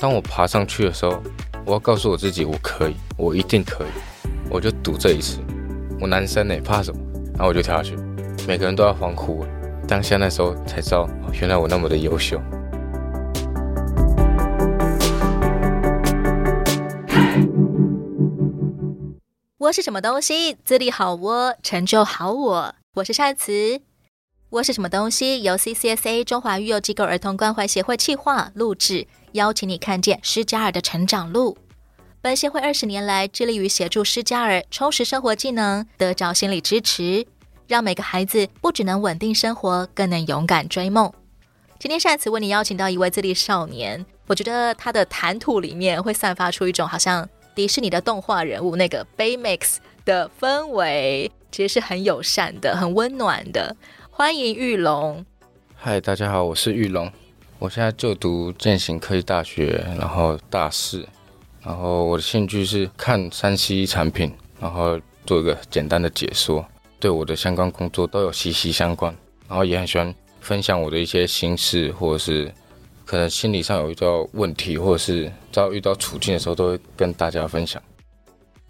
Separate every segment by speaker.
Speaker 1: 当我爬上去的时候，我要告诉我自己，我可以，我一定可以，我就赌这一次。我男生呢、怕什么？然后我就跳下去，每个人都要欢呼。当下那时候才知道，哦原来我那么的优秀。
Speaker 2: 我是什么东西？资历好我，成就好我。我是善慈。我是什么东西？由 CCSA 中华育幼机构儿童关怀协会企划录制，邀请你看见施加尔的成长路。本协会二十年来致力于协助施加尔充实生活技能，得着心理支持，让每个孩子不只能稳定生活，更能勇敢追梦。今天善慈为你邀请到一位自立少年，我觉得他的谈吐里面会散发出一种好像迪士尼的动画人物那个 Baymax 的氛围，其实是很友善的，很温暖的。欢迎玉龙，
Speaker 1: 嗨，大家好，我是玉龙，我现在就读践行科技大学，然后大四，然后我的兴趣是看三 C 产品，然后做一个简单的解说，对我的相关工作都有息息相关，然后也很喜欢分享我的一些心事，或者是可能心理上有遇到问题，或者是遭遇到处境的时候，都会跟大家分享。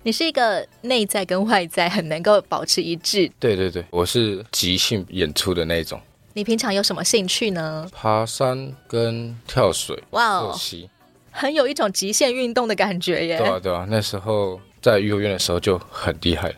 Speaker 2: 你是一个内在跟外在很能够保持一致。
Speaker 1: 对对对，我是即兴演出的那种，
Speaker 2: 你平常有什么兴趣呢？
Speaker 1: 爬山跟跳水、
Speaker 2: 哇
Speaker 1: 坐
Speaker 2: 哦，
Speaker 1: 溪。
Speaker 2: 很有一种极限运动的感觉
Speaker 1: 对
Speaker 2: 耶！
Speaker 1: 啊，对啊，那时候在幼儿园的时候就很厉害了。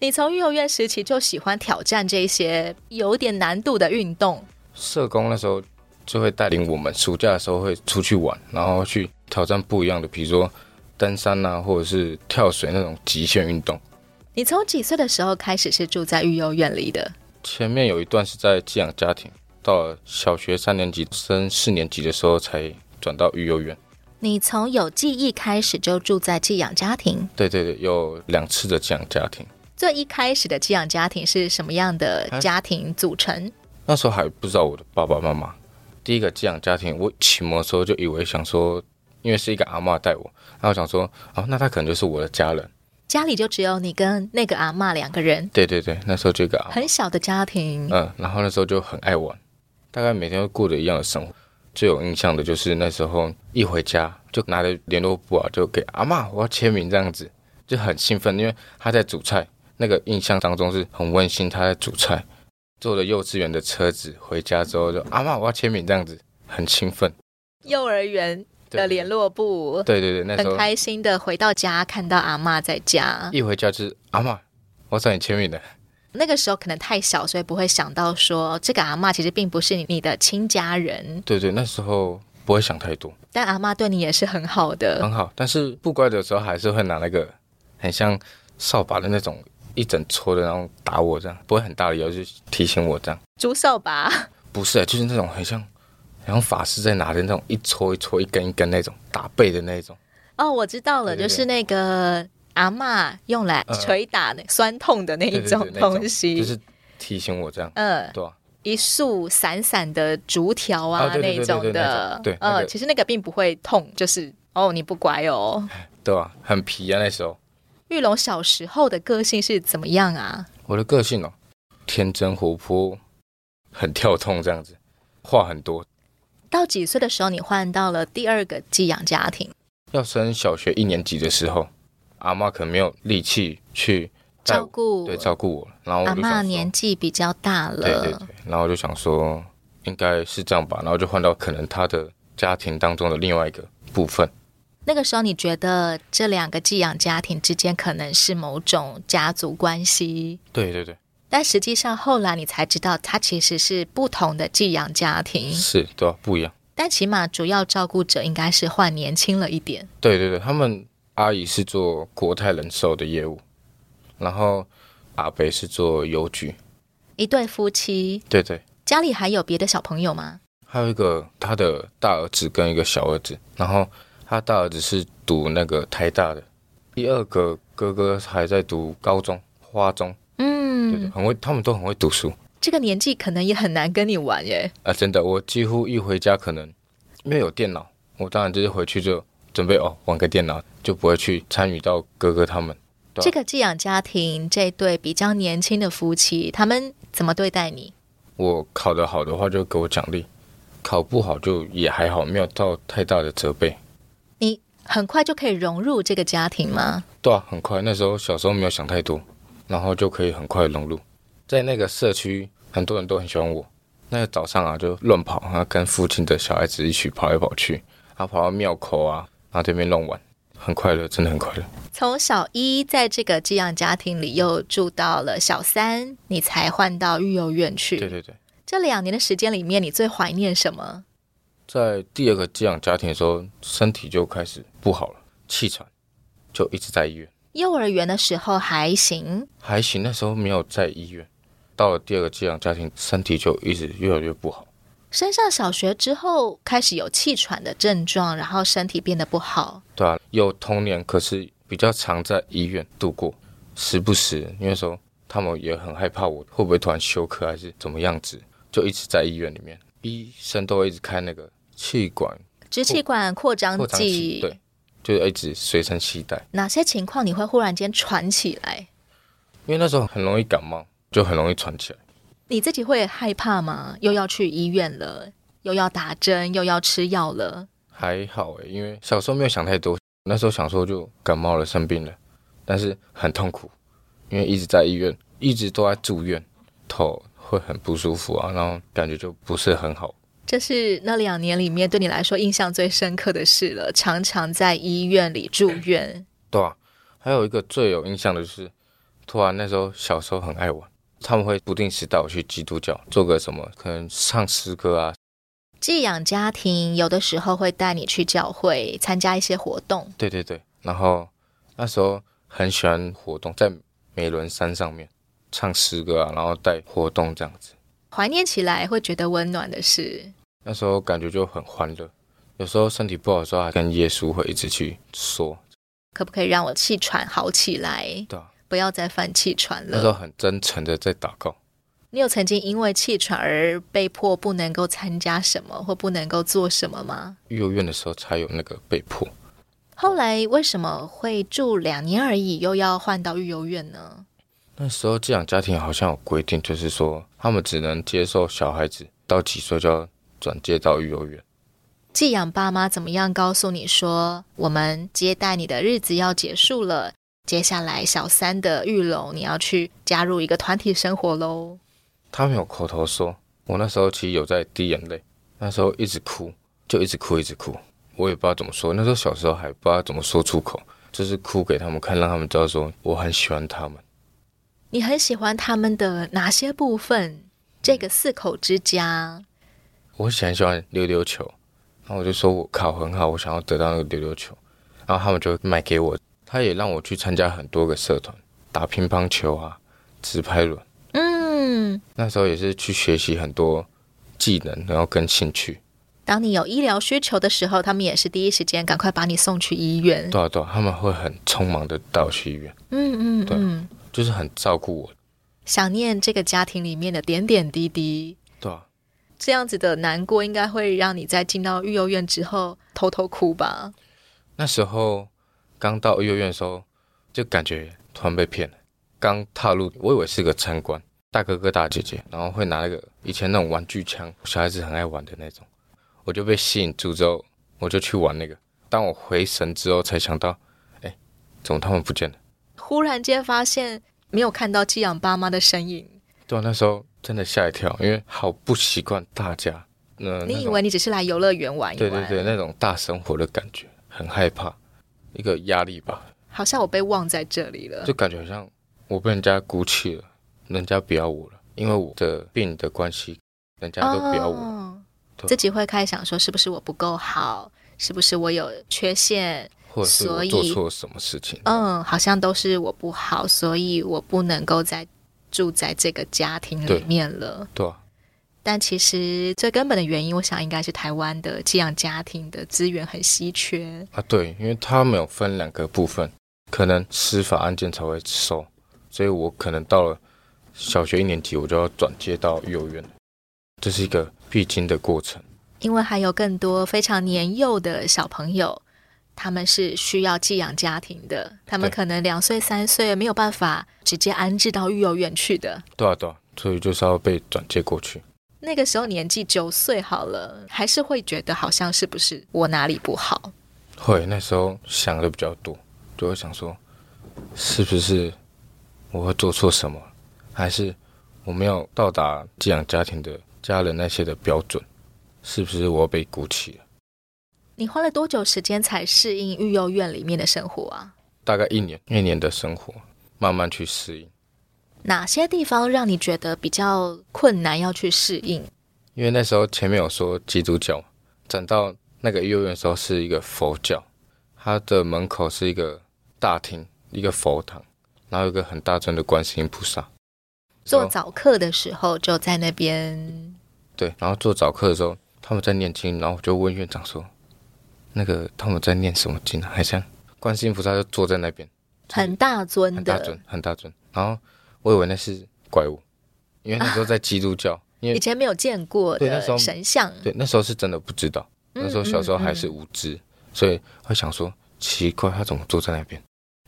Speaker 2: 你从幼儿园时期就喜欢挑战这些有点难度的运动，
Speaker 1: 社工那时候就会带领我们，暑假的时候会出去玩，然后去挑战不一样的，比如说登山啊，或者是跳水那种极限运动。
Speaker 2: 你从几岁的时候开始是住在育幼院里的？
Speaker 1: 前面有一段是在寄养家庭，到了小学三年级升四年级的时候才转到育幼院。
Speaker 2: 你从有记忆开始就住在寄养家庭，
Speaker 1: 对对对，有两次的寄养家庭，
Speaker 2: 最一开始的寄养家庭是什么样的家庭组成？
Speaker 1: 那时候还不知道我的爸爸妈妈。第一个寄养家庭，我启蒙的时候就以为想说，因为是一个阿嬷带我，然后想说，哦，那她可能就是我的家人。
Speaker 2: 家里就只有你跟那个阿嬷两个人，
Speaker 1: 对对对，那时候就一个阿嬷
Speaker 2: 很小的家庭。
Speaker 1: 嗯，然后那时候就很爱玩，大概每天都过着一样的生活。最有印象的就是那时候一回家就拿着联络簿啊，就给阿嬷我要签名这样子，就很兴奋，因为她在煮菜，那个印象当中是很温馨，她在煮菜，坐了幼稚园的车子回家之后就阿嬷我要签名这样子，很兴奋。
Speaker 2: 幼儿园
Speaker 1: 对
Speaker 2: 的联络部，
Speaker 1: 对对对，那时
Speaker 2: 很
Speaker 1: 候
Speaker 2: 开心的回到家，看到阿嬷在家。
Speaker 1: 一回家就是阿嬷，我找你签名的。
Speaker 2: 那个时候可能太小，所以不会想到说这个阿嬷其实并不是你的亲家人，
Speaker 1: 对对，那时候不会想太多，
Speaker 2: 但阿嬷对你也是很好的。
Speaker 1: 很好，但是不乖的时候还是会拿那个很像扫把的那种一整撮的，然后打我这样，不会很大力哦，就是提醒我这样。
Speaker 2: 竹扫把，
Speaker 1: 不是、啊就是那种很像，很像法师在拿的那种一撮一撮、一根一根那种打背的那种。
Speaker 2: 哦，我知道了，
Speaker 1: 对对对
Speaker 2: 就是那个阿嬷用来
Speaker 1: 嗯
Speaker 2: 捶打那酸痛的那 一种
Speaker 1: 对对对那
Speaker 2: 东西。
Speaker 1: 就是提醒我这样，
Speaker 2: 嗯，
Speaker 1: 对啊，
Speaker 2: 一束散散的竹条啊，
Speaker 1: 啊对对对
Speaker 2: 那种
Speaker 1: 对对那
Speaker 2: 的
Speaker 1: 种，对
Speaker 2: 嗯，
Speaker 1: 那个
Speaker 2: 其实那个并不会痛，就是哦，你不乖哦。
Speaker 1: 对啊，很皮啊那时候。
Speaker 2: 玉龙小时候的个性是怎么样啊？
Speaker 1: 我的个性哦，天真活泼，很跳动这样子，话很多。
Speaker 2: 到几岁的时候，你换到了第二个寄养家庭，
Speaker 1: 要升小学一年级的时候，阿妈可能没有力气去带我
Speaker 2: 照顾
Speaker 1: 对照顾我，然后我
Speaker 2: 阿
Speaker 1: 就想
Speaker 2: 嬷
Speaker 1: 说
Speaker 2: 年纪比较大了，
Speaker 1: 对对对，然后我就想说应该是这样吧，然后就换到可能他的家庭当中的另外一个部分。
Speaker 2: 那个时候你觉得这两个寄养家庭之间可能是某种家族关系，
Speaker 1: 对对对，
Speaker 2: 但实际上后来你才知道，它其实是不同的寄养家庭，
Speaker 1: 是，对、啊，不一样。
Speaker 2: 但起码主要照顾者应该是换年轻了一点。
Speaker 1: 对对对，他们阿姨是做国泰人寿的业务，然后阿北是做邮局。
Speaker 2: 一对夫妻
Speaker 1: 对对，
Speaker 2: 家里还有别的小朋友吗？
Speaker 1: 还有一个他的大儿子跟一个小儿子，然后他大儿子是读那个台大的，第二个哥哥还在读高中花中，对对，
Speaker 2: 嗯，
Speaker 1: 很会，他们都很会读书。
Speaker 2: 这个年纪可能也很难跟你玩耶。
Speaker 1: 啊，真的，我几乎一回家可能因为有电脑，我当然就是回去就准备哦玩个电脑，就不会去参与到哥哥他们。对啊
Speaker 2: 这个寄养家庭这对比较年轻的夫妻，他们怎么对待你？
Speaker 1: 我考得好的话就给我奖励，考不好就也还好，没有到太大的责备。
Speaker 2: 很快就可以融入这个家庭吗？
Speaker 1: 对啊，很快。那时候小时候没有想太多，然后就可以很快融入。在那个社区，很多人都很喜欢我。那个早上啊，就乱跑，然后跟附近的小孩子一起跑来跑去，然后跑到庙口啊，然后这边乱玩，很快乐，真的很快乐。
Speaker 2: 从小一在这个寄养家庭里又住到了小三，你才换到育幼院去。
Speaker 1: 对对对，
Speaker 2: 这两年的时间里面，你最怀念什么？
Speaker 1: 在第二个寄养家庭的时候，身体就开始不好了，气喘，就一直在医院。
Speaker 2: 幼儿园的时候还行，
Speaker 1: 还行，那时候没有在医院。到了第二个寄养家庭，身体就一直越来越不好。
Speaker 2: 升上小学之后开始有气喘的症状，然后身体变得不好。
Speaker 1: 对啊，有童年，可是比较常在医院度过，时不时，因为说他们也很害怕我会不会突然休克还是怎么样子，就一直在医院里面，医生都会一直开那个气管
Speaker 2: 支气管扩张
Speaker 1: 哦扩张器，
Speaker 2: 剂，
Speaker 1: 对，就一直随身携带。
Speaker 2: 哪些情况你会忽然间喘起来？
Speaker 1: 因为那时候很容易感冒，就很容易喘起来。
Speaker 2: 你自己会害怕吗？又要去医院了，又要打针，又要吃药了。
Speaker 1: 还好诶，因为小时候没有想太多，那时候想说就感冒了、生病了，但是很痛苦，因为一直在医院，一直都在住院，头会很不舒服啊，然后感觉就不是很好。
Speaker 2: 这是那两年里面对你来说印象最深刻的事了，常常在医院里住院。
Speaker 1: 对啊，还有一个最有印象的就是，突然那时候小时候很爱玩，他们会不定时带我去基督教做个什么，可能唱诗歌啊，
Speaker 2: 寄养家庭有的时候会带你去教会参加一些活动，
Speaker 1: 对对对。然后那时候很喜欢活动，在美伦山上面唱诗歌啊，然后带活动这样子。
Speaker 2: 怀念起来会觉得温暖的事。
Speaker 1: 那时候感觉就很欢乐，有时候身体不好的时候还跟耶稣会一直去说，
Speaker 2: 可不可以让我气喘好起来？
Speaker 1: 对啊，
Speaker 2: 不要再犯气喘
Speaker 1: 那时候
Speaker 2: 了。
Speaker 1: 很真诚的在祷告。
Speaker 2: 你有曾经因为气喘而被迫不能够参加什么或不能够做什么吗？
Speaker 1: 幼儿园的时候才有那个被迫，
Speaker 2: 后来为什么会住两年而已，又要换到育幼院呢？
Speaker 1: 那时候寄养家庭好像有规定，就是说他们只能接受小孩子到几岁就要转接到幼儿园。
Speaker 2: 寄养爸妈怎么样告诉你说，我们接待你的日子要结束了，接下来小三的育龙你要去加入一个团体生活喽。
Speaker 1: 他们有口头说，我那时候其实有在滴眼泪，那时候一直哭，就一直哭，一直哭，我也不知道怎么说。那时候小时候还不知道怎么说出口，就是哭给他们看，让他们知道说我很喜欢他们。
Speaker 2: 你很喜欢他们的哪些部分？这个四口之家，
Speaker 1: 我很喜欢溜溜球，然后我就说我考很好，我想要得到那个溜溜球，然后他们就买给我，他也让我去参加很多个社团，打乒乓球啊，直拍轮，
Speaker 2: 嗯，
Speaker 1: 那时候也是去学习很多技能，然后跟兴趣。
Speaker 2: 当你有医疗需求的时候，他们也是第一时间赶快把你送去医院。
Speaker 1: 对啊对啊，他们会很匆忙的带我去医院，
Speaker 2: 嗯嗯
Speaker 1: 对
Speaker 2: 嗯，
Speaker 1: 就是很照顾我。
Speaker 2: 想念这个家庭里面的点点滴滴。
Speaker 1: 对啊，
Speaker 2: 这样子的难过，应该会让你在进到育幼院之后偷偷哭吧？
Speaker 1: 那时候刚到幼儿园的时候，就感觉突然被骗了。刚踏入，我以为是个参观，大哥哥大姐姐，然后会拿那个以前那种玩具枪，小孩子很爱玩的那种，我就被吸引住之后，我就去玩那个。当我回神之后，才想到，哎，怎么他们不见了？
Speaker 2: 忽然间发现没有看到寄养爸妈的身影，
Speaker 1: 对啊、那时候真的吓一跳，因为好不习惯大家。那那
Speaker 2: 你以
Speaker 1: 种
Speaker 2: 为你只是来游乐园玩一
Speaker 1: 对
Speaker 2: 玩，
Speaker 1: 对对，那种大生活的感觉，很害怕，一个压力吧。
Speaker 2: 好像我被忘在这里了
Speaker 1: 就。感觉好像我被人家姑弃了，人家不要我了，因为我的病的关系，人家都不要我。
Speaker 2: 哦
Speaker 1: 对啊
Speaker 2: 自己会开始想说，是不是我不够好？是不是我有缺陷？
Speaker 1: 或者是
Speaker 2: 所
Speaker 1: 我
Speaker 2: 以
Speaker 1: 做错什么事情。
Speaker 2: 嗯，好像都是我不好，所以我不能够再住在这个家庭里
Speaker 1: 对
Speaker 2: 面了。
Speaker 1: 对啊，
Speaker 2: 但其实最根本的原因，我想应该是台湾的寄养家庭的资源很稀缺。
Speaker 1: 啊对，因为他们有分两个部分，可能司法案件才会收，所以我可能到了小学一年级，我就要转接到幼儿园，这是一个必经的过程。
Speaker 2: 因为还有更多非常年幼的小朋友，他们是需要寄养家庭的，他们
Speaker 1: 对
Speaker 2: 可能两岁、三岁没有办法直接安置到育幼院去的。
Speaker 1: 对啊对啊，所以就是要被转接过去。
Speaker 2: 那个时候年纪九岁好了，还是会觉得好像是不是我哪里不好？
Speaker 1: 会那时候想的比较多，就会想说，是不是我会做错什么，还是我没有到达寄养家庭的家人那些的标准，是不是我被鼓起了？
Speaker 2: 你花了多久时间才适应育幼院里面的生活啊？
Speaker 1: 大概一年一年的生活，慢慢去适应。
Speaker 2: 哪些地方让你觉得比较困难要去适应？
Speaker 1: 因为那时候前面有说基督教嘛，转到那个幼儿园的时候是一个佛教，它的门口是一个大厅，一个佛堂，然后有一个很大尊的观世音菩萨。
Speaker 2: 做早课的时候就在那边，
Speaker 1: 对，然后做早课的时候，他们在念经，然后我就问院长说，那个他们在念什么经啊？好像观世音菩萨就坐在那边，
Speaker 2: 很大尊
Speaker 1: 很大
Speaker 2: 的
Speaker 1: 尊，，很大尊。然后我以为那是怪物，因为那时候在基督教， 因
Speaker 2: 以
Speaker 1: 为
Speaker 2: 前没有见过
Speaker 1: 对那时
Speaker 2: 的
Speaker 1: 候
Speaker 2: 神像。啊
Speaker 1: 对那时候是真的不知道，那时候小时候还是
Speaker 2: 嗯嗯
Speaker 1: 无知，所以会想说奇怪，他怎么坐在那边？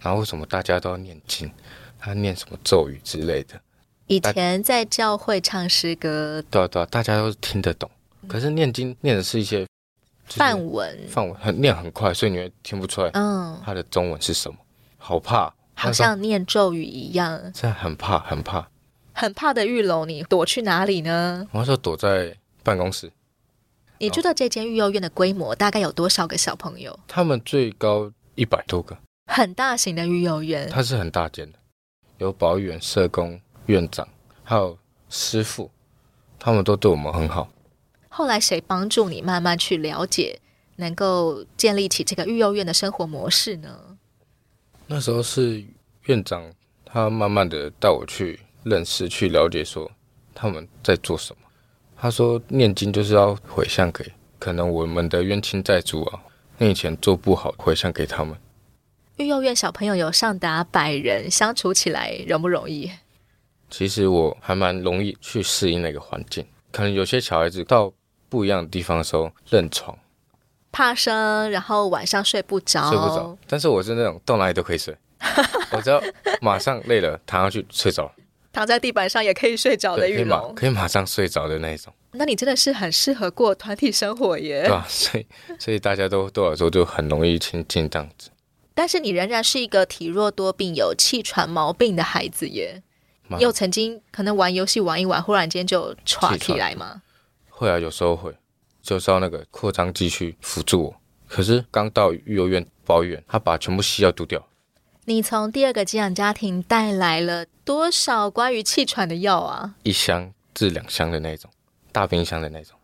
Speaker 1: 然后为什么大家都要念经？他念什么咒语之类的？
Speaker 2: 嗯以前在教会唱诗歌、
Speaker 1: 对啊对啊，大家都听得懂。可是念经念的是一些就是
Speaker 2: 范文，
Speaker 1: 范文，很念很快，所以你会听不出来
Speaker 2: 嗯，
Speaker 1: 他的中文是什么，好怕，
Speaker 2: 好
Speaker 1: 那时候
Speaker 2: 像念咒语一样，
Speaker 1: 真的很怕很怕。
Speaker 2: 很怕的玉龙，你躲去哪里呢？
Speaker 1: 我那时候躲在办公室，哦
Speaker 2: 你知道这间育幼院的规模大概有多少个小朋友？
Speaker 1: 他们最高一百多个，
Speaker 2: 很大型的育幼院，
Speaker 1: 它是很大间的，有保育员、社工、院长，还有师傅，他们都对我们很好。
Speaker 2: 后来谁帮助你慢慢去了解，能够建立起这个育幼院的生活模式呢？
Speaker 1: 那时候是院长，他慢慢的带我去认识、去了解，说他们在做什么。他说念经就是要回向给可能我们的冤亲债主啊，你以前做不好，回向给他们。
Speaker 2: 育幼院小朋友有上达百人，相处起来容不容易？
Speaker 1: 其实我还蛮容易去适应那个环境，可能有些小孩子到不一样的地方的时候认床
Speaker 2: 怕生，然后晚上睡不着，
Speaker 1: 睡不着，但是我是那种到哪里都可以睡，我只要马上累了躺下去睡着，
Speaker 2: 躺在地板上也可以睡着的
Speaker 1: 对，可
Speaker 2: 玉
Speaker 1: 以马
Speaker 2: 哦龙。
Speaker 1: 可以马上睡着的那一种，
Speaker 2: 那你真的是很适合过团体生活耶。
Speaker 1: 对啊吧、所以所以大家都对我来说就很容易亲近这样子。
Speaker 2: 但是你仍然是一个体弱多病、有气喘毛病的孩子耶。
Speaker 1: 妈
Speaker 2: 你有曾经可能玩游戏玩一玩，忽然间就喘起来吗？
Speaker 1: 会啊，有时候会，就是要那个扩张剂去辅助我。可是刚到育幼院保育员，他把全部西药丢掉，
Speaker 2: 你从第二个寄养家庭带来了多少关于气喘的药啊？
Speaker 1: 一箱至两箱的那一种，大冰箱的那一种。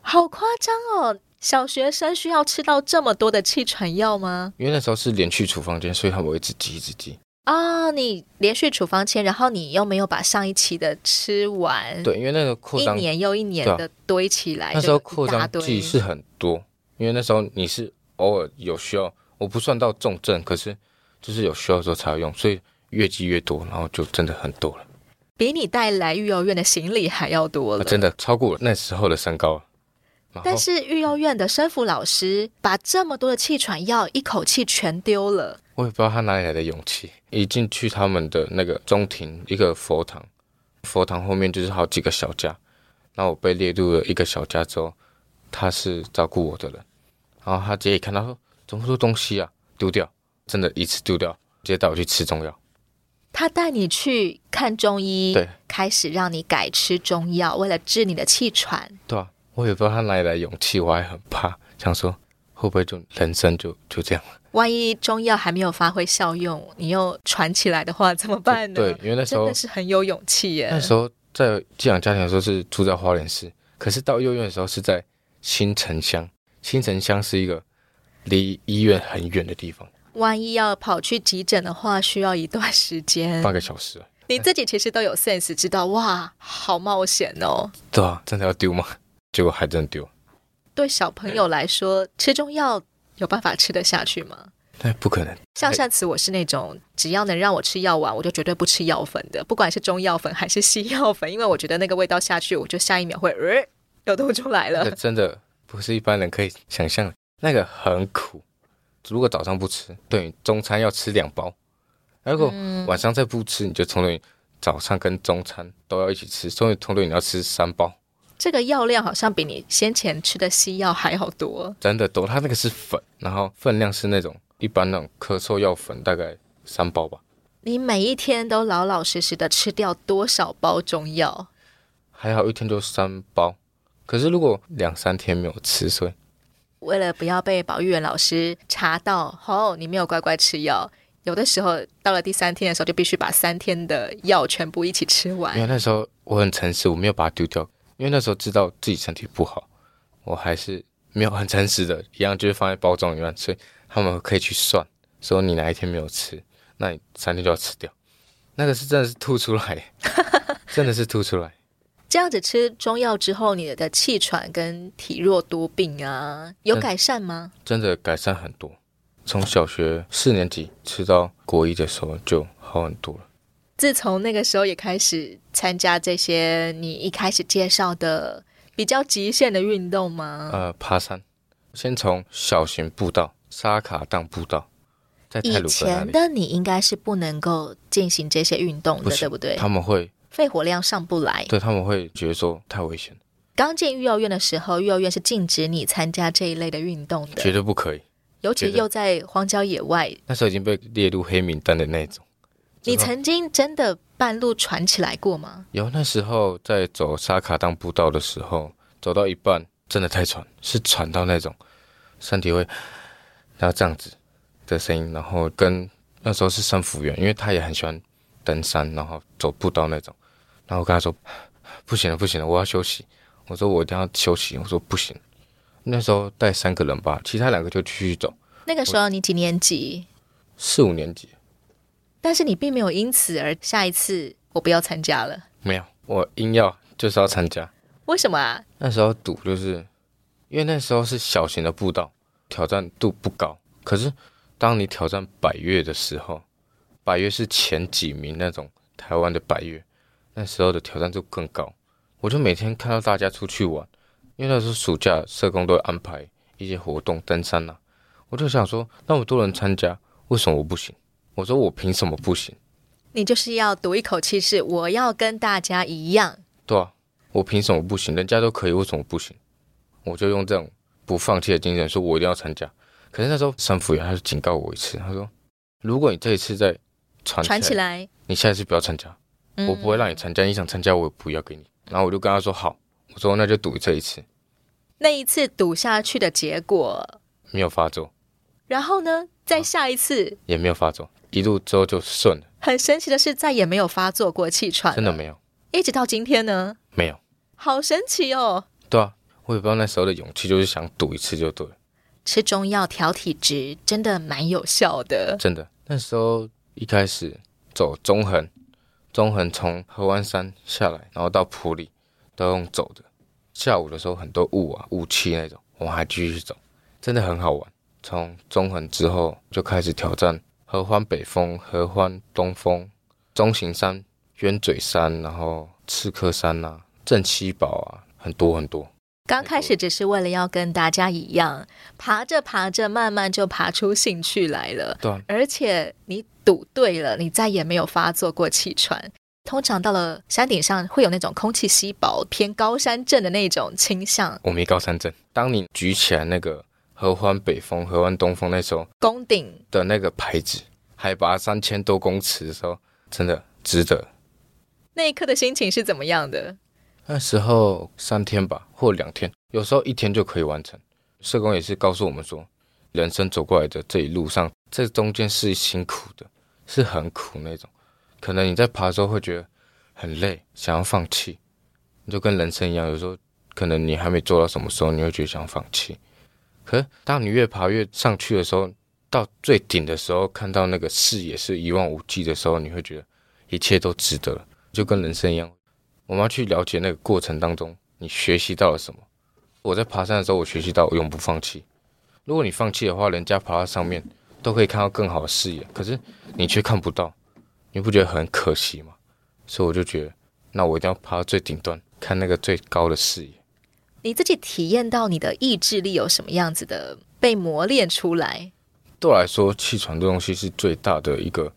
Speaker 2: 好夸张哦！小学生需要吃到这么多的气喘药吗？
Speaker 1: 因为那时候是连续处方间，所以他们会一直挤一直挤。
Speaker 2: 啊、你连续处方签，然后你又没有把上一期的吃完，
Speaker 1: 对，因为那个扩
Speaker 2: 嗯一
Speaker 1: 张，
Speaker 2: 年又一年
Speaker 1: 对啊
Speaker 2: 的堆起来，
Speaker 1: 那时候
Speaker 2: 就
Speaker 1: 扩
Speaker 2: 一大
Speaker 1: 张
Speaker 2: 堆
Speaker 1: 剂是很多，因为那时候你是偶尔有需要，我不算到重症，可是就是有需要的时候才要用，所以越积越多，然后就真的很多了，
Speaker 2: 比你带来育幼院的行李还要多了。
Speaker 1: 啊真的超过我那时候的身高了。然
Speaker 2: 但
Speaker 1: 后
Speaker 2: 是育幼院的生辅老师把这么多的气喘药一口气全丢了，
Speaker 1: 我也不知道他哪里来的勇气，一进去他们的那个中庭一个佛堂，佛堂后面就是好几个小家，然后我被列入了一个小家之后，他是照顾我的人，然后他直接一看到说怎么多东西啊，丢掉，真的一次丢掉，直接带我去吃中药，
Speaker 2: 他带你去看中医
Speaker 1: 对，
Speaker 2: 开始让你改吃中药，为了治你的气喘。
Speaker 1: 对啊，我也不知道他哪里来的勇气，我还很怕，想说会不会就人生就就这样了，
Speaker 2: 万一中药还没有发挥效用，你又喘起来的话怎么办呢？
Speaker 1: 对，因为那时
Speaker 2: 真
Speaker 1: 候
Speaker 2: 的是很有勇气耶
Speaker 1: 那。时候在寄养家庭的时候是住在花莲市，可是到幼院的时候是在新城乡。新城乡是一个离医院很远的地方，
Speaker 2: 万一要跑去急诊的话，需要一段时间。
Speaker 1: 半个小时，
Speaker 2: 你自己其实都有 sense，知道哇，好冒险哦。
Speaker 1: 对啊，真的要丢吗？结果还真丢，
Speaker 2: 对小朋友来说，吃中药有办法吃得下去吗？
Speaker 1: 那不可能。
Speaker 2: 像上次我是那种只要能让我吃药丸，我就绝对不吃药粉的，不管是中药粉还是西药粉，因为我觉得那个味道下去，我就下一秒会呃又吐出来
Speaker 1: 那
Speaker 2: 了。
Speaker 1: 真的不是一般人可以想象的，那个很苦。如果早上不吃，对，中餐要吃两包；如果晚上再不吃，你就从等于早上跟中餐都要一起吃，所以从等于你要吃三包。
Speaker 2: 这个药量好像比你先前吃的西药还要多。
Speaker 1: 真的多，它那个是粉，然后分量是那种一般那种咳嗽药粉，大概三包吧，
Speaker 2: 你每一天都老老实实的吃掉多少包中药？
Speaker 1: 还好一天就三包。可是如果两三天没有吃，所以
Speaker 2: 为了不要被保育员老师查到，哦，你没有乖乖吃药，有的时候到了第三天的时候，就必须把三天的药全部一起吃
Speaker 1: 因为
Speaker 2: 完。
Speaker 1: 那时候我很诚实，我没有把它丢掉，因为那时候知道自己身体不好，我还是没有很诚实的，一样就是放在包装里面，所以他们可以去算，说你哪一天没有吃，那你三天就要吃掉。那个是真的是吐出来，真的是吐出来。
Speaker 2: 这样子吃中药之后，你的气喘跟体弱多病啊，有改善吗？
Speaker 1: 真的改善很多。从小学四年级吃到国一的时候就好很多了。
Speaker 2: 自从那个时候也开始参加这些你一开始介绍的比较极限的运动吗？
Speaker 1: 呃，爬山，先从小型步道沙卡当步道，在泰
Speaker 2: 以
Speaker 1: 鲁格那
Speaker 2: 前
Speaker 1: 里，
Speaker 2: 的你应该是不能够进行这些运动
Speaker 1: 不
Speaker 2: 的，
Speaker 1: 行
Speaker 2: 对不对？
Speaker 1: 他们会
Speaker 2: 肺活量上不来。
Speaker 1: 对他们会觉得说太危险，
Speaker 2: 刚进育幼院的时候，育幼院是禁止你参加这一类的运动
Speaker 1: 绝
Speaker 2: 的，
Speaker 1: 对不可以。
Speaker 2: 尤其
Speaker 1: 绝对
Speaker 2: 又在荒郊野外。
Speaker 1: 那时候已经被列入黑名单的那种。
Speaker 2: 你
Speaker 1: 知道
Speaker 2: 曾经真的半路喘起来过吗？
Speaker 1: 有那时候在走沙卡当步道的时候，走到一半真的太喘，是喘到那种身体会，然后这样子的声音，然后跟那时候是三福员，因为他也很喜欢登山，然后走步道那种，然后我跟他说不行了，不行了，我要休息，我说我一定要休息，我说不行，那时候带三个人吧，其他两个就继续走，
Speaker 2: 那个时候你几年级？
Speaker 1: 四五年级
Speaker 2: 但是你并没有因此而下一次我不要参加了，
Speaker 1: 没有，我硬要就是要参加，
Speaker 2: 为什么啊？
Speaker 1: 那时候赌就是，因为那时候是小型的步道，挑战度不高。可是当你挑战百越的时候，百越是前几名那种台湾的百越，那时候的挑战度更高。我就每天看到大家出去玩，因为那时候暑假社工都会安排一些活动，登山呐、我就想说，那么多人参加，为什么我不行？我说我凭什么不行？
Speaker 2: 你就是要赌一口气，是我要跟大家一样。
Speaker 1: 对啊，我凭什么不行？人家都可以，为什么不行？我就用这种不放弃的精神，说我一定要参加。可是那时候三福员他就警告我一次，他说：“如果你这一次再传
Speaker 2: 喘起，来，
Speaker 1: 你下一次不要参加，
Speaker 2: 嗯
Speaker 1: 我不会让你参加。你想参加，我也不要给你。”然后我就跟他说：“好。”我说：“那就赌这一次，
Speaker 2: 那一次赌下去的结果，
Speaker 1: 没有发作，
Speaker 2: 然后呢，在下一次、
Speaker 1: 也没有发作，一路之后就顺了，
Speaker 2: 很神奇的是，再也没有发作过气喘了，
Speaker 1: 真的没有，
Speaker 2: 一直到今天呢，
Speaker 1: 没有。
Speaker 2: 好神奇哦！
Speaker 1: 对啊，我也不知道那时候的勇气，就是想赌一次就对了。”
Speaker 2: 吃中药调体质真的蛮有效的。
Speaker 1: 真的，那时候一开始走中横，中横从合湾山下来，然后到埔里，都用走的。下午的时候很多雾啊，雾气那种，我们还继续走，真的很好玩。从中横之后就开始挑战合欢北峰、合欢东峰、中行山、鸢嘴山，然后刺客山呐、啊、镇西堡啊，很多很多。
Speaker 2: 刚开始只是为了要跟大家一样，爬着爬着，慢慢就爬出兴趣来了。
Speaker 1: 对啊、
Speaker 2: 而且你赌对了，你再也没有发作过气喘。通常到了山顶上，会有那种空气稀薄、偏高山症的那种倾向。
Speaker 1: 我没高山症。当你举起来那个合欢北峰、合欢东峰那时候，
Speaker 2: 宫顶
Speaker 1: 的那个牌子，海拔三千多公尺的时候，真的值得。
Speaker 2: 那一刻的心情是怎么样的？
Speaker 1: 那时候三天吧，或两天，有时候一天就可以完成。社工也是告诉我们说，人生走过来的这一路上，这中间是辛苦的，是很苦那种。可能你在爬的时候会觉得很累，想要放弃，你就跟人生一样，有时候可能你还没做到什么时候，你会觉得想放弃。可是当你越爬越上去的时候，到最顶的时候，看到那个视野是一望无际的时候，你会觉得一切都值得了，就跟人生一样。我们要去了解那个过程当中你学习到了什么。我在爬山的时候，我学习到永不放弃。如果你放弃的话，人家爬到上面都可以看到更好的视野，可是你却看不到，你不觉得很可惜吗？所以我就觉得，那我一定要爬到最顶端，看那个最高的视野。
Speaker 2: 你自己体验到你的意志力有什么样子的被磨练出来？
Speaker 1: 对我来说，气喘这东西是最大的一个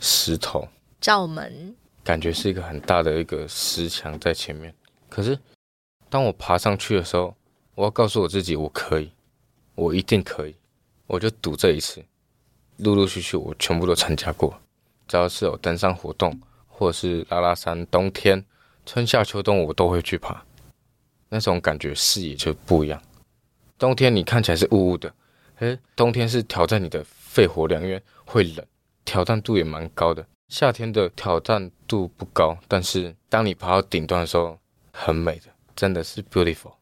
Speaker 1: 石头，
Speaker 2: 罩门，
Speaker 1: 感觉是一个很大的一个石墙在前面。可是当我爬上去的时候，我要告诉我自己，我可以，我一定可以，我就赌这一次。陆陆续续我全部都参加过，只要是有登山活动或者是拉拉山，冬天、春夏秋冬我都会去爬。那种感觉视野就不一样。冬天你看起来是雾雾的，诶，冬天是挑战你的肺活量，因为会冷，挑战度也蛮高的。夏天的挑战度不高，但是当你爬到顶端的时候，很美的，真的是 beautiful。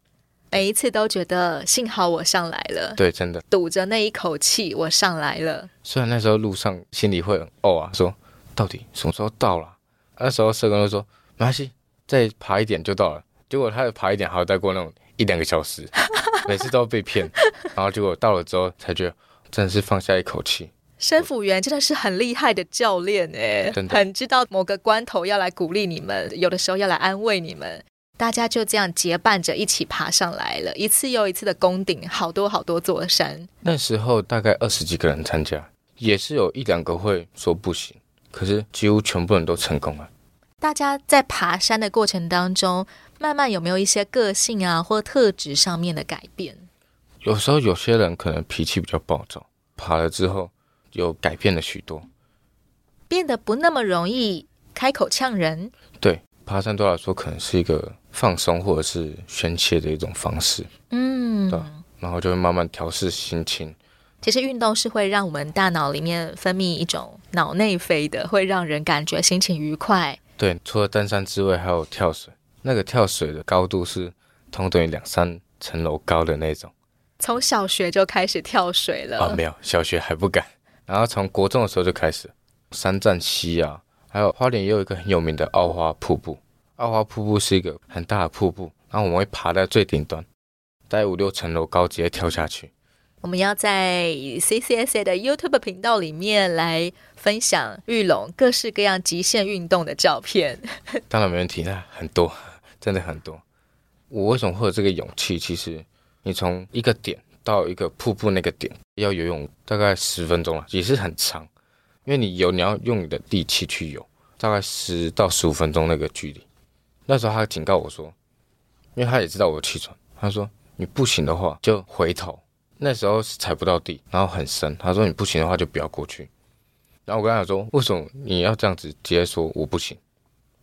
Speaker 2: 每一次都觉得幸好我上来了，
Speaker 1: 对，真的。
Speaker 2: 堵着那一口气我上来了。
Speaker 1: 虽然那时候路上心里会很哦啊，说到底什么时候到了？那时候社工就说没关系，再爬一点就到了。结果他的爬一点还要再过那种一两个小时，每次都被骗。然后结果到了之后才觉得真的是放下一口气。
Speaker 2: 生辅员真的是很厉害的教练哎、
Speaker 1: 真的
Speaker 2: 很知道某个关头要来鼓励你们，有的时候要来安慰你们。大家就这样结伴着一起爬上来了，一次又一次的攻顶，好多好多座山。
Speaker 1: 那时候大概二十几个人参加，也是有一两个会说不行，可是几乎全部人都成功了。
Speaker 2: 大家在爬山的过程当中，慢慢有没有一些个性啊或特质上面的改变？
Speaker 1: 有时候有些人可能脾气比较暴躁，爬了之后有改变了许多。
Speaker 2: 变得不那么容易开口呛人，
Speaker 1: 对，爬山对我来说可能是一个放松或者是宣泄的一种方式，
Speaker 2: 嗯，
Speaker 1: 对然后就会慢慢调试心情，
Speaker 2: 其实运动是会让我们大脑里面分泌一种脑内啡的，会让人感觉心情愉快。
Speaker 1: 对，除了登山之外，还有跳水。那个跳水的高度是同等于两三层楼高的那种
Speaker 2: 从小学就开始跳水了，
Speaker 1: 啊，没有，小学还不敢。然后从国中的时候就开始，三站溪啊，还有花莲也有一个很有名的奥花瀑布。奥花瀑布是一个很大的瀑布，然后我们会爬在最顶端，大概五六层楼高，直接跳下去。
Speaker 2: 我们要在 CCSA 的 YouTube 频道里面来分享玉龙各式各样极限运动的照片。
Speaker 1: 当然没问题，那很多， 真的很多。我为什么会有这个勇气？其实你从一个点到一个瀑布那个点要游泳大概十分钟啊，也是很长，因为你游你要用你的力气去游，大概十到十五分钟那个距离。那时候他警告我说，因为他也知道我有气喘，他说你不行的话就回头。那时候是踩不到地，然后很深。他说你不行的话就不要过去。然后我跟他讲说，为什么你要这样子直接说我不行？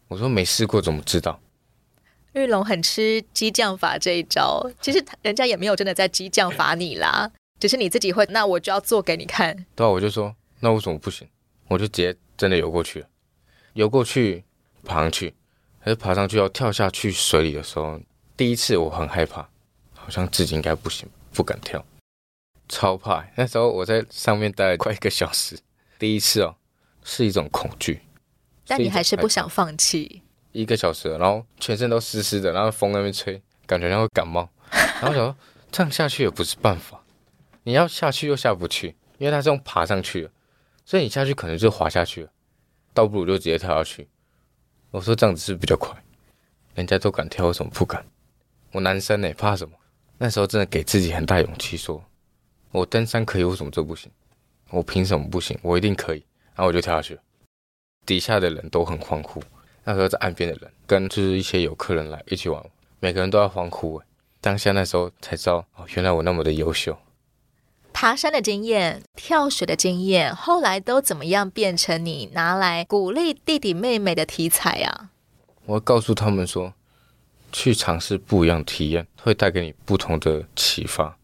Speaker 1: 我说没试过怎么知道？
Speaker 2: 玉龙很吃激将法这一招，其实他人家也没有真的在激将法你啦，只是你自己会，那我就要做给你看。
Speaker 1: 对啊，我就说那为什么不行？我就直接真的游过去了，游过去爬上去，还是爬上去要跳下去水里的时候，第一次我很害怕，好像自己应该不行，不敢跳，超怕。那时候我在上面待了快一个小时，第一次哦，是一种恐惧。
Speaker 2: 但你
Speaker 1: 一种
Speaker 2: 还是
Speaker 1: 害
Speaker 2: 不
Speaker 1: 怕
Speaker 2: 想放弃，
Speaker 1: 一个小时了，然后全身都湿湿的，然后风在那边吹，感觉像会感冒。然后想说这样下去也不是办法，你要下去又下不去，因为它是用爬上去的，所以你下去可能就滑下去了，倒不如就直接跳下去。我说这样子是不是比较快，人家都敢跳，为什么不敢？我男生呢、怕什么？那时候真的给自己很大勇气说我登山可以，为什么这不行？我凭什么不行？我一定可以。然后我就跳下去了，底下的人都很欢呼。那时候在岸边的人跟就是一些有客人来一起玩，每个人都在欢呼、欸。当下那时候才知道，哦，原来我那么的优秀。
Speaker 2: 爬山的经验、跳水的经验，后来都怎么样变成你拿来鼓励弟弟妹妹的题材啊？
Speaker 1: 我要告诉他们说，去尝试不一样的体验，会带给你不同的启发。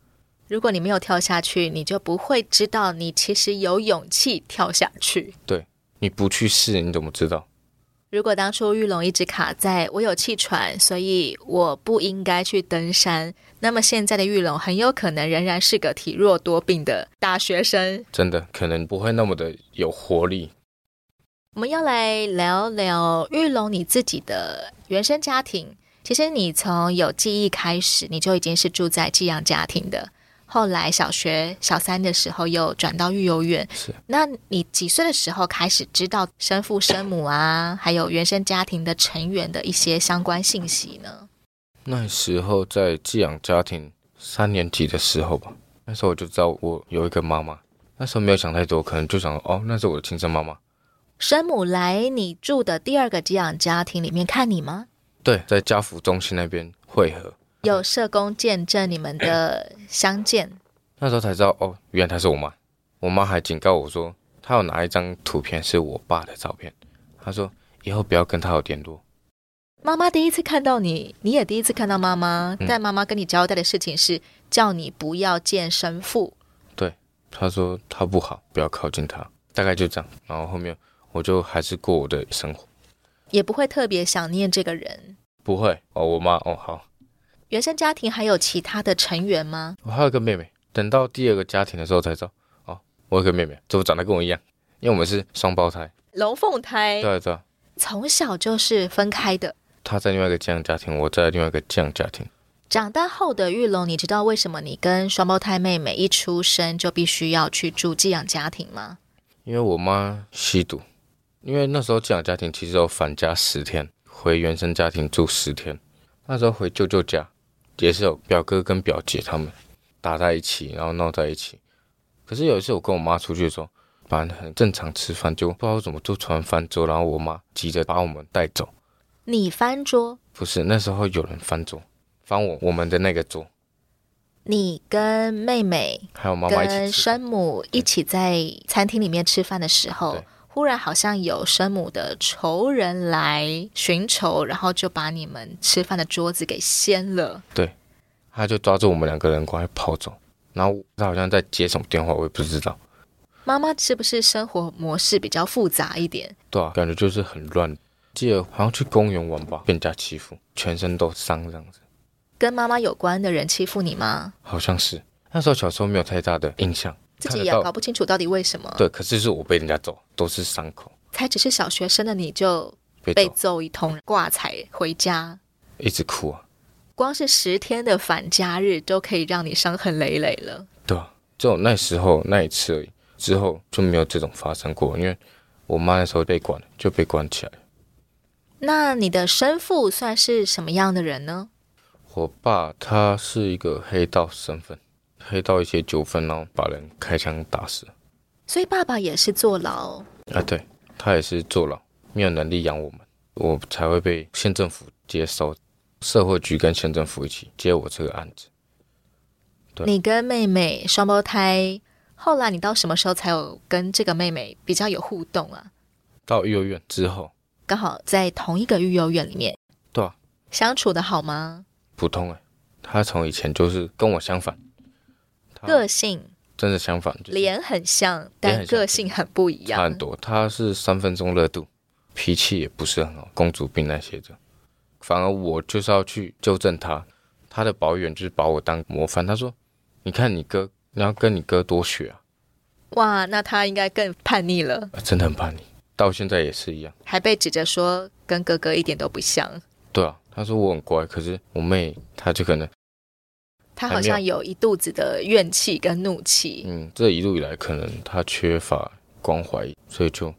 Speaker 2: 如果你没有跳下去，你就不会知道你其实有勇气跳下去。
Speaker 1: 你不去试，你怎么知道？
Speaker 2: 如果当初玉龙一直卡在我有气喘，所以我不应该去登山，那么现在的玉龙很有可能仍然是个体弱多病的大学生。
Speaker 1: 真的可能不会那么的有活力。
Speaker 2: 我们要来聊聊玉龙你自己的原生家庭。其实你从有记忆开始，你就已经是住在寄养家庭的。后来小学小三的时候又转到育幼院。
Speaker 1: 是。
Speaker 2: 那你几岁的时候开始知道生父生母啊，还有原生家庭的成员的一些相关信息呢？
Speaker 1: 那时候在寄养家庭三年级的时候吧，那时候我就知道我有一个妈妈。那时候没有想太多，可能就想哦，那是我的亲生妈妈。
Speaker 2: 生母来你住的第二个寄养家庭里面看你吗？
Speaker 1: 对，在家福中心那边汇合。
Speaker 2: 有社工见证你们的相见，
Speaker 1: 那时候才知道哦，原来她是我妈。我妈还警告我说，她有拿一张图片是我爸的照片，她说以后不要跟她有联络。
Speaker 2: 妈妈第一次看到你，你也第一次看到妈妈，
Speaker 1: 嗯
Speaker 2: 但妈妈跟你交代的事情是叫你不要见生父。
Speaker 1: 她说她不好，不要靠近她，大概就这样。然后后面我就还是过我的生活，
Speaker 2: 也不会特别想念这个人。
Speaker 1: 不会哦，我妈哦好。
Speaker 2: 原生家庭还有其他的成员吗？
Speaker 1: 我还有个妹妹，等到第二个家庭的时候才知道，哦，我有个妹妹，怎么长得跟我一样？因为我们是双胞胎，
Speaker 2: 龙凤胎
Speaker 1: 对啊对啊，
Speaker 2: 从小就是分开的。
Speaker 1: 她在另外一个这样家庭，我在另外一个这样家庭。
Speaker 2: 长大后的玉龙，你知道为什么你跟双胞胎妹妹一出生就必须要去住寄养家庭吗？
Speaker 1: 因为我妈吸毒，因为那时候寄养家庭其实有返家十天，回原生家庭住十天。那时候回舅舅家，也是有表哥跟表姐他们打在一起，然后闹在一起。可是有一次我跟我妈出去的时候，反正很正常吃饭，就不知道怎么就突然翻桌，然后我妈急着把我们带走。
Speaker 2: 你翻桌，
Speaker 1: 不是那时候有人翻桌，翻我我们的那个桌，
Speaker 2: 你跟妹妹、
Speaker 1: 还有妈妈一
Speaker 2: 跟
Speaker 1: 起吃。
Speaker 2: 生母一起在餐厅里面吃饭的时候
Speaker 1: 对，
Speaker 2: 忽然好像有生母的仇人来寻仇，然后就把你们吃饭的桌子给掀了。
Speaker 1: 他就抓住我们两个人，赶快跑走。然后他好像在接什么电话，我也不知道。
Speaker 2: 妈妈是不是生活模式比较复杂一点？
Speaker 1: 对啊，感觉就是很乱。记得好像去公园玩吧，被人家欺负，全身都伤这样子，
Speaker 2: 跟妈妈有关的人欺负你吗？
Speaker 1: 好像是。那时候小时候没有太大的印象，
Speaker 2: 自
Speaker 1: 看
Speaker 2: 己
Speaker 1: 得
Speaker 2: 也
Speaker 1: 到
Speaker 2: 搞不清楚到底为什么。
Speaker 1: 对，可是是我被人家揍，都是伤口，
Speaker 2: 才只是小学生的你就
Speaker 1: 被
Speaker 2: 被
Speaker 1: 揍，
Speaker 2: 揍一通，挂彩回家。
Speaker 1: 一直哭啊，
Speaker 2: 光是十天的返家日都可以让你伤痕累累了。
Speaker 1: 对啊，只有那时候那一次而已，之后就没有这种发生过，因为我妈那时候被关了，就被关起来。
Speaker 2: 那你的生父算是什么样的人呢？
Speaker 1: 我爸他是一个黑道身份，黑道一些纠纷，然后把人开枪打死
Speaker 2: 所以爸爸也是坐牢，
Speaker 1: 啊，对他也是坐牢，没有能力养我们，我才会被县政府接收，社会局跟县政府一起接我这个案子。对
Speaker 2: 你跟妹妹双胞胎，后来你到什么时候才有跟这个妹妹比较有互动啊？
Speaker 1: 到幼儿园之后，
Speaker 2: 刚好在同一个育幼院里面，
Speaker 1: 对啊，
Speaker 2: 相处的好吗？
Speaker 1: 普通哎、他从以前就是跟我相反，他
Speaker 2: 个性
Speaker 1: 真的相反，就是
Speaker 2: 脸很像，但
Speaker 1: 很像
Speaker 2: 个性很不一
Speaker 1: 差很
Speaker 2: 样。
Speaker 1: 多。他是三分钟热度，脾气也不是很好，公主病那些的。反而我就是要去纠正他，他的保远就是把我当模范。他说：“你看你哥，你要跟你哥多学啊，
Speaker 2: 哇，那他应该更叛逆了，
Speaker 1: 啊真的很叛逆。”到现在也是一样。
Speaker 2: 还被指着说跟哥哥一点都不像。
Speaker 1: 对啊，他说我很乖，可是我妹她就可能，
Speaker 2: 他
Speaker 1: 还没有
Speaker 2: 好像有一肚子的怨气跟怒气，
Speaker 1: 嗯，这一路以来可能她缺乏关怀，所以就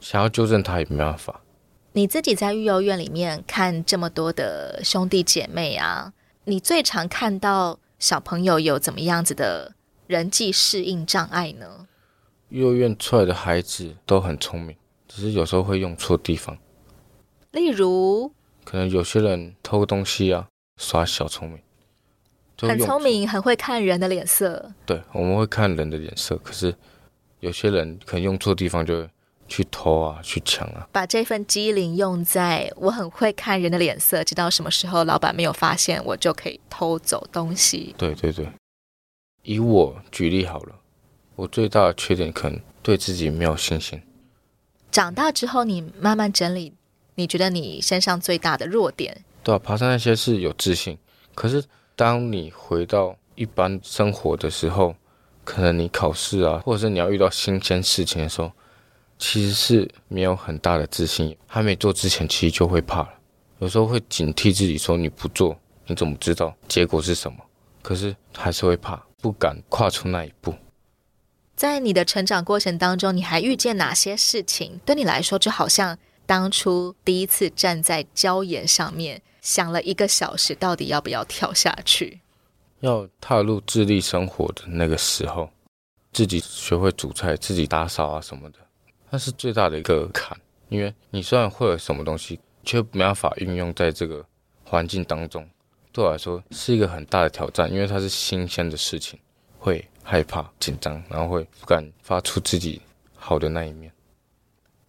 Speaker 1: 想要纠正她也没办法。
Speaker 2: 你自己在育幼院里面看这么多的兄弟姐妹啊，你最常看到小朋友有怎么样子的人际适应障碍呢？
Speaker 1: 幼儿园出来的孩子都很聪明，只是有时候会用错地方。
Speaker 2: 例如
Speaker 1: 可能有些人偷东西啊，耍小聪明，就
Speaker 2: 很
Speaker 1: 用
Speaker 2: 聪。明、很会看人的脸色，
Speaker 1: 对，我们会看人的脸色，可是有些人可能用错地方就会去偷啊，去抢啊。
Speaker 2: 把这份机灵用在我很会看人的脸色，知道什么时候老板没有发现，我就可以偷走东西。
Speaker 1: 对对对，以我举例好了，我最大的缺点可能对自己没有信心。
Speaker 2: 长大之后，你慢慢整理，你觉得你身上最大的弱点，
Speaker 1: 对啊，爬山那些是有自信，可是当你回到一般生活的时候，可能你考试啊，或者是你要遇到新鲜事情的时候，其实是没有很大的自信。还没做之前，其实就会怕了，有时候会警惕自己说你不做，你怎么知道结果是什么？可是还是会怕，不敢跨出那一步。
Speaker 2: 在你的成长过程当中，你还遇见哪些事情？对你来说，就好像当初第一次站在礁岩上面，想了一个小时，到底要不要跳下去？
Speaker 1: 要踏入自立生活的那个时候，自己学会煮菜、自己打扫啊什么的，那是最大的一个坎。因为你虽然会有什么东西，却没办法运用在这个环境当中，对我来说是一个很大的挑战，因为它是新鲜的事情，会害怕、紧张，然后会不敢发出自己好的那一面。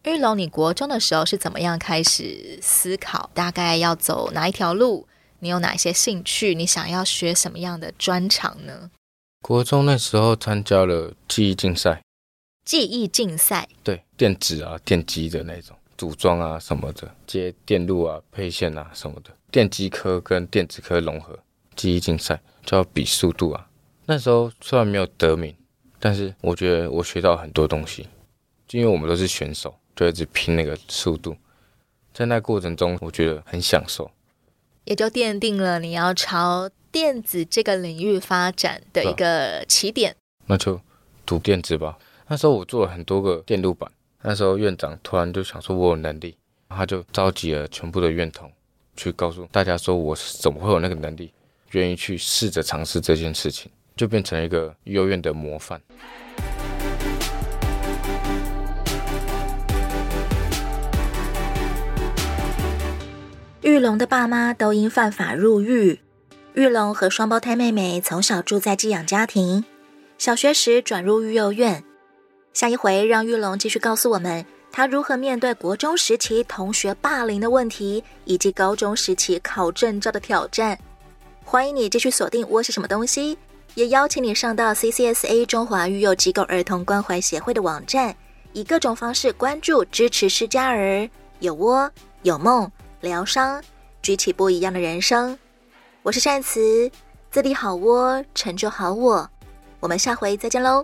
Speaker 2: 玉龙，你国中的时候是怎么样开始思考大概要走哪一条路？你有哪些兴趣？你想要学什么样的专长呢？
Speaker 1: 国中那时候参加了记忆竞赛，
Speaker 2: 记忆竞赛，
Speaker 1: 对电子啊、电机的那种组装啊什么的，接电路啊、配线啊什么的，电机科跟电子科融合记忆竞赛，就要比速度啊。那时候虽然没有得名，但是我觉得我学到很多东西，就因为我们都是选手，就一直拼那个速度。在那过程中，我觉得很享受。
Speaker 2: 也就奠定了你要朝电子这个领域发展的一个起点。
Speaker 1: 那就读电子吧。那时候我做了很多个电路板，那时候院长突然就想说我有能力，他就召集了全部的院童去告诉大家说我是怎么会有那个能力，愿意去试着尝试这件事情，就变成一个幼院的模范。
Speaker 2: 玉龙的爸妈都因犯法入狱。玉龙和双胞胎妹妹从小住在寄养家庭，小学时转入育幼院。下一回让玉龙继续告诉我们他如何面对国中时期同学霸凌的问题，以及高中时期考证照的挑战。欢迎你继续锁定我是什么东西，也邀请你上到 CCSA 中华育幼机构儿童关怀协会的网站，以各种方式关注支持失家儿，有窝有梦。疗伤，举起不一样的人生。我是善慈，自立好窝，成就好我。我们下回再见喽。